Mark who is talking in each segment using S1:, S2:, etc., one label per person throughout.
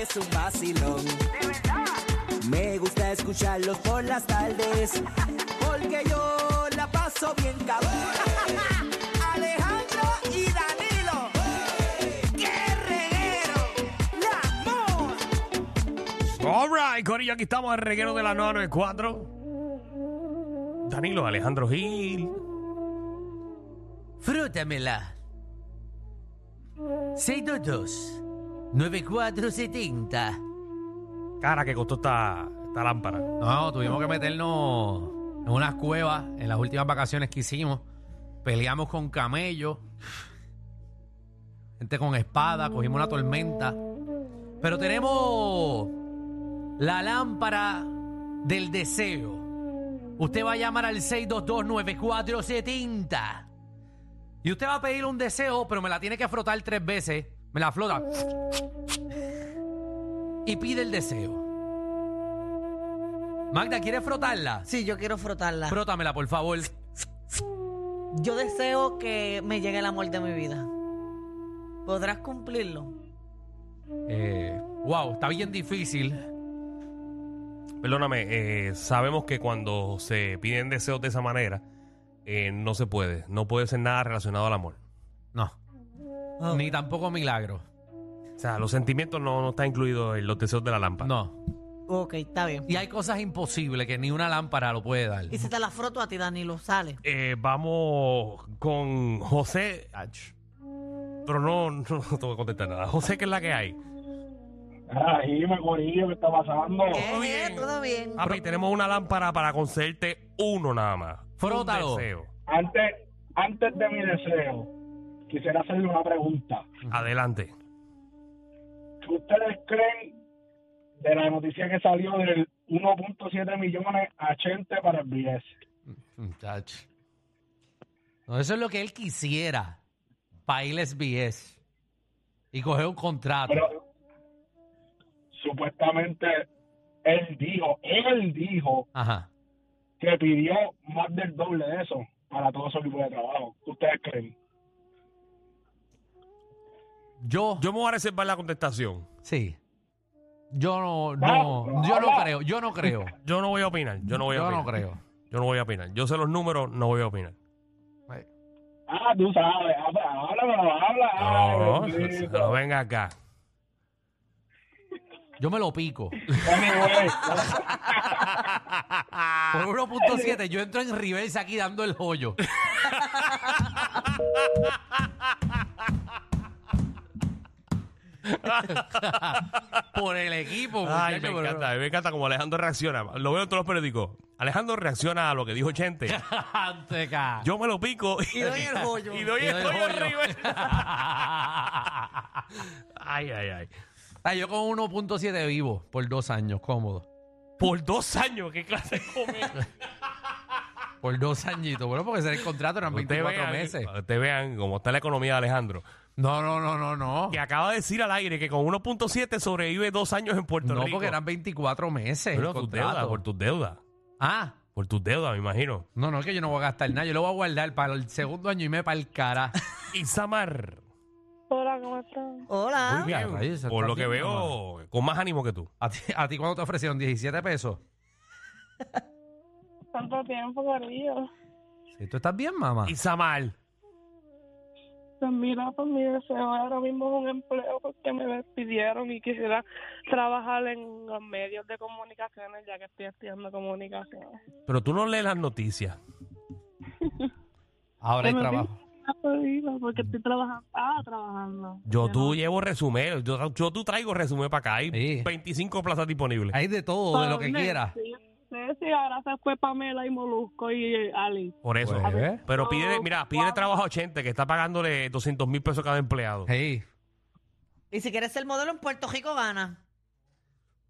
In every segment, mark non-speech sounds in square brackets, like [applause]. S1: es un vacilón.
S2: De verdad.
S1: Me gusta escucharlos por las tardes, porque yo la paso bien cabrón. [laughs] Alejandro y Danilo, qué reguero, la moda.
S3: All right, Corillo, aquí estamos el reguero de la 994. Danilo Alejandro Gil.
S4: Frótamela. 622-9470.
S3: Cara, que costó esta, esta lámpara.
S5: No, tuvimos que meternos en unas cuevas en las últimas vacaciones que hicimos. Peleamos con camellos, gente con espada, cogimos una tormenta. Pero tenemos la lámpara del deseo. Usted va a llamar al 6229470. Y usted va a pedir un deseo, pero me la tiene que frotar tres veces. Me la flota. Y pide el deseo. Magda, ¿quieres frotarla?
S6: Sí, yo quiero frotarla.
S5: Frótamela, por favor.
S6: yo deseo que me llegue el amor de mi vida. ¿Podrás cumplirlo?
S5: Eh, wow, está bien difícil.
S3: Perdóname, eh, sabemos que cuando se piden deseos de esa manera, eh, no se puede. No puede ser nada relacionado al amor.
S5: No. Ni tampoco milagro.
S3: O sea, los sentimientos no, no están incluidos en los deseos de la lámpara.
S5: No.
S6: Ok, está bien.
S5: Y hay cosas imposibles que ni una lámpara lo puede dar.
S6: Y si te la froto a ti, Danilo, sale.
S3: Eh, vamos con José. Ach. Pero no, no, no te voy a contestar nada. José, ¿qué es la que hay?
S7: Ay, Ah, me corillo, ¿qué está pasando?
S6: ¿Qué? Todo bien.
S3: Papi, tenemos una lámpara para concederte uno nada más.
S5: Frótalo.
S3: Un deseo.
S7: Antes, antes de mi deseo, quisiera hacerle una pregunta.
S3: Adelante.
S7: ¿Qué ustedes creen de la noticia que salió del 1.7 millones a Chente para el BS?
S5: Muchacho. No, eso es lo que él quisiera. Para ir a SBS. Y coger un contrato.
S7: Pero supuestamente él dijo, él dijo
S5: Ajá.
S7: que pidió más del doble de eso para todo su equipo de trabajo. ¿Qué ¿Ustedes creen?
S5: Yo,
S3: Yo me voy a reservar la contestación.
S5: Sí. Yo no,
S7: No,
S5: no, yo no
S7: ahora.
S5: creo, yo no creo.
S3: Yo no voy a opinar. Yo no voy a
S5: Yo
S3: opinar.
S5: no creo.
S3: Yo no voy a opinar. Yo sé los números, no voy a opinar.
S7: Ah, tú sabes, habla, habla, habla.
S3: No,
S7: Ay, bendito.
S3: no venga acá.
S5: Yo me lo pico.
S7: Anyway,
S3: Ah.
S5: Por 1.7 yo entro en reversa aquí dando el hoyo. por el equipo.
S3: Ay,
S5: muchacho,
S3: me
S5: por-
S3: encanta, me encanta como Alejandro reacciona. Lo veo en todos los periódicos. Alejandro reacciona a lo que dijo Chente.
S5: Anteca.
S3: Yo me lo pico [laughs] y,
S6: doy el joyo.
S3: Y doy
S5: Y
S3: el
S5: doy el
S3: joyo
S5: joyo. [laughs]
S3: arriba. ay, ay, ay.
S5: Ah, yo con 1.7 vivo por dos años, cómodo.
S3: Por dos años, ¿qué clase de comedia?
S5: Por dos añitos. Bueno, porque ese era el contrato, eran 24
S3: vean,
S5: meses.
S3: para que ustedes vean cómo está la economía de Alejandro.
S5: No, no, no, no, no.
S3: Que acaba de decir al aire que con 1.7 sobrevive dos años en Puerto
S5: No,
S3: Rico.
S5: porque eran 24 meses. el
S3: Bueno, tus
S5: contrato.
S3: deudas, por tus deudas.
S5: Ah,
S3: Por tus deudas, me imagino.
S5: no, no, es que yo no voy a gastar nada. Yo lo voy a guardar para el segundo año y me para el cara.
S3: Isamar.
S8: Hola, ¿cómo están?
S6: Hola.
S3: Muy bien.
S5: Ah, rayos, está
S3: Por lo que
S5: bien,
S3: veo, con más ánimo que tú.
S5: ¿A ti, a ti cuándo te ofrecieron? ¿17 pesos?
S8: Tanto tiempo corrido.
S5: Sí, ¿Tú estás bien, mamá?
S3: Isamar.
S8: Pues mira, pues mi deseo ahora mismo es un empleo porque me despidieron y quisiera trabajar en los medios de comunicaciones ya que estoy estudiando comunicaciones.
S3: Pero tú no lees las noticias.
S5: Ahora hay
S8: Pero me
S5: trabajo.
S8: Ah, pues, digo, Porque estoy trabajando. Ah, trabajando.
S3: Yo
S8: Ya
S3: tú
S8: no.
S3: llevo resumen. Yo, yo tú traigo resumen para acá. Hay
S5: Sí.
S3: 25 plazas disponibles.
S5: Hay de todo, de lo que
S8: Pamela,
S5: quieras.
S8: Sí, sí, sí, ahora se fue Pamela y Molusco y eh, Ali.
S3: Por eso.
S5: Pues, ¿eh?
S3: Pero pide,
S8: No,
S3: mira, pide trabajo a 80 que está pagándole 200 mil pesos cada empleado.
S5: Hey,
S6: Y si quieres ser modelo en Puerto Rico, gana.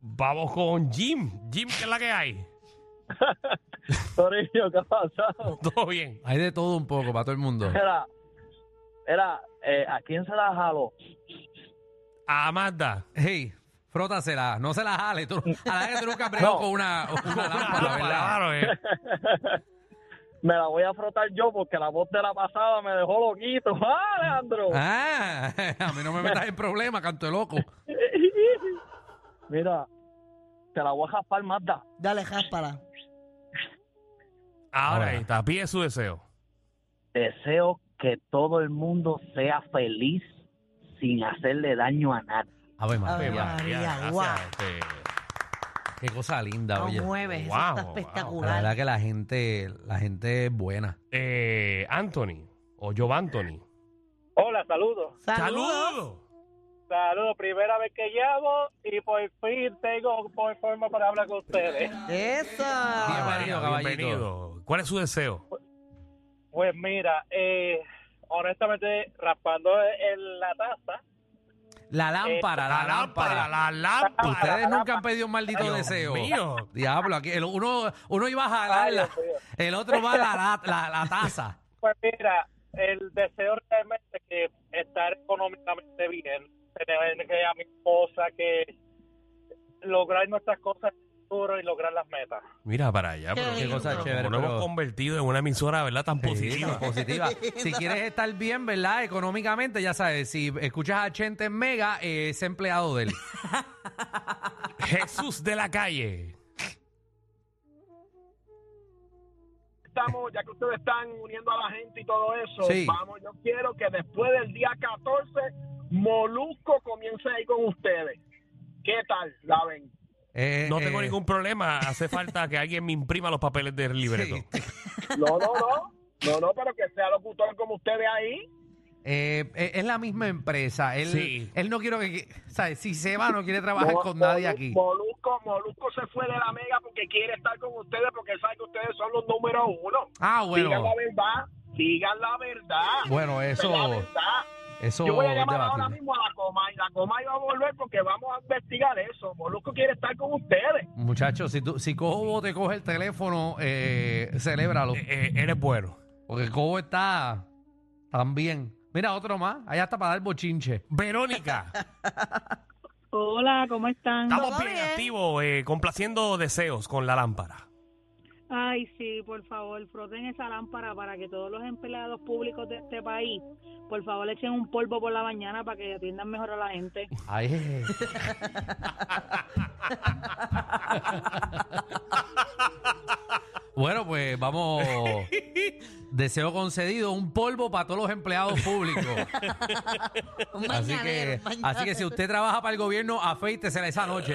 S3: Vamos con Jim. Jim, ¿qué es la que
S5: [laughs]
S3: hay?
S9: Corillo, ¿qué ha pasado?
S3: Todo bien.
S5: hay de todo un poco para todo el mundo.
S9: Era, era, eh, ¿a quién se la jaló?
S3: Amanda.
S5: Hey, frótasela, no se la jale. Tú, a la gente tú nunca has bregado con una, una lámpara, ¿verdad?
S3: Claro, eh.
S9: Me la voy a frotar yo porque la voz de la pasada me dejó loquito. [laughs] ¡Ah, Alejandro!
S5: [laughs] Ah, a mí no me metas en problemas, canto de loco.
S9: Mira, te la voy a jaspar, Mazda.
S6: Dale, jáspala.
S3: Ahora
S5: Ahora.
S3: está, pide su deseo.
S9: Deseo que todo el mundo sea feliz sin hacerle daño a nadie.
S5: Ave
S6: Ave
S5: María.
S6: María. guau.
S3: este,
S5: Qué cosa linda,
S6: No
S5: Ah, oye.
S6: mueves, eso
S3: Wow,
S6: está
S3: wow.
S5: La
S6: espectacular.
S5: verdad que la gente, la gente es buena.
S3: eh, Anthony o Job Anthony.
S7: Hola, saludos.
S3: ¡Saludos!
S7: Saludos, primera vez que llamo y por fin tengo por forma para hablar con ustedes.
S5: Bien,
S6: ¡Esa!
S3: Bienvenido,
S5: Bienvenido, caballito.
S3: bienvenido. ¿Cuál es su deseo?
S7: Pues mira, eh, honestamente, raspando en la taza,
S5: La lámpara, la, lámpara.
S3: Eh, la lámpara.
S5: Ustedes nunca han pedido un maldito deseo.
S3: mío.
S5: Diablo, aquí el- uno, uno iba a jalarla,
S7: Ay, Dios mío.
S5: el otro va a la, la, la- la taza.
S7: pues mira, el deseo realmente que estar económicamente bien, tener que a mi esposa, que lograr nuestras cosas en el futuro y lograr las metas.
S3: Mira para allá,
S6: Qué
S3: pero
S6: lindo.
S5: Qué cosa
S3: pero
S5: chévere,
S3: como nos
S5: pero-
S3: hemos convertido en una emisora, ¿verdad? Tan [laughs] positiva.
S5: Sí, positiva. Si quieres estar bien, ¿verdad? Económicamente, ya sabes, si escuchas a Chente en Mega, eh, es empleado de él.
S3: Jesús de la calle.
S7: estamos, ya que ustedes están uniendo a la gente y todo eso,
S5: Sí.
S7: vamos, yo quiero que después del día 14, Molusco comience ahí con ustedes. ¿Qué tal? La ven.
S5: Eh,
S3: No
S5: eh,
S3: tengo ningún problema. Hace falta que alguien me imprima los papeles del libreto.
S5: [laughs]
S3: [laughs]
S5: sí.
S7: No, no, no. No, no, pero que sea locutor como ustedes ahí.
S5: Eh, eh, es la misma empresa. Él,
S3: Sí.
S5: él no quiere que. ¿Sabes? Si se va, no quiere trabajar
S7: Mo-
S5: con nadie
S7: Molu-
S5: aquí.
S7: Molusco, Molusco se fue de la mega porque quiere estar con ustedes porque sabe que ustedes son los número uno.
S5: Ah,
S7: Digan
S5: bueno.
S7: la verdad. Digan la verdad.
S5: Bueno, eso.
S7: La verdad.
S5: Eso
S7: Yo voy a llamar
S5: debatible.
S7: ahora mismo a la Comay. La Comay va a volver porque vamos a investigar eso. Molusco quiere estar con ustedes.
S5: Muchachos, si, tú- si Cobo te coge el teléfono, eh, celébralo.
S3: Eh, eh, eres bueno.
S5: Porque Cobo está también. Mira, otro más. Allá está para dar bochinche.
S6: [laughs]
S3: Verónica,
S8: Hola, ¿cómo están?
S3: estamos
S6: Todo
S3: bien,
S6: bien.
S3: activos, eh, complaciendo deseos con la lámpara.
S8: Ay, sí, por favor, froten esa lámpara para que todos los empleados públicos de este país, por favor, echen un polvo por la mañana para que atiendan mejor a la gente.
S5: Ay, eh. [laughs] bueno, pues vamos. Deseo concedido, un polvo para todos los empleados
S6: [laughs]
S5: públicos.
S6: Un
S5: así,
S6: mañanero,
S5: que,
S6: un mañanero.
S5: así que si usted trabaja para el gobierno, afeítesela esa noche.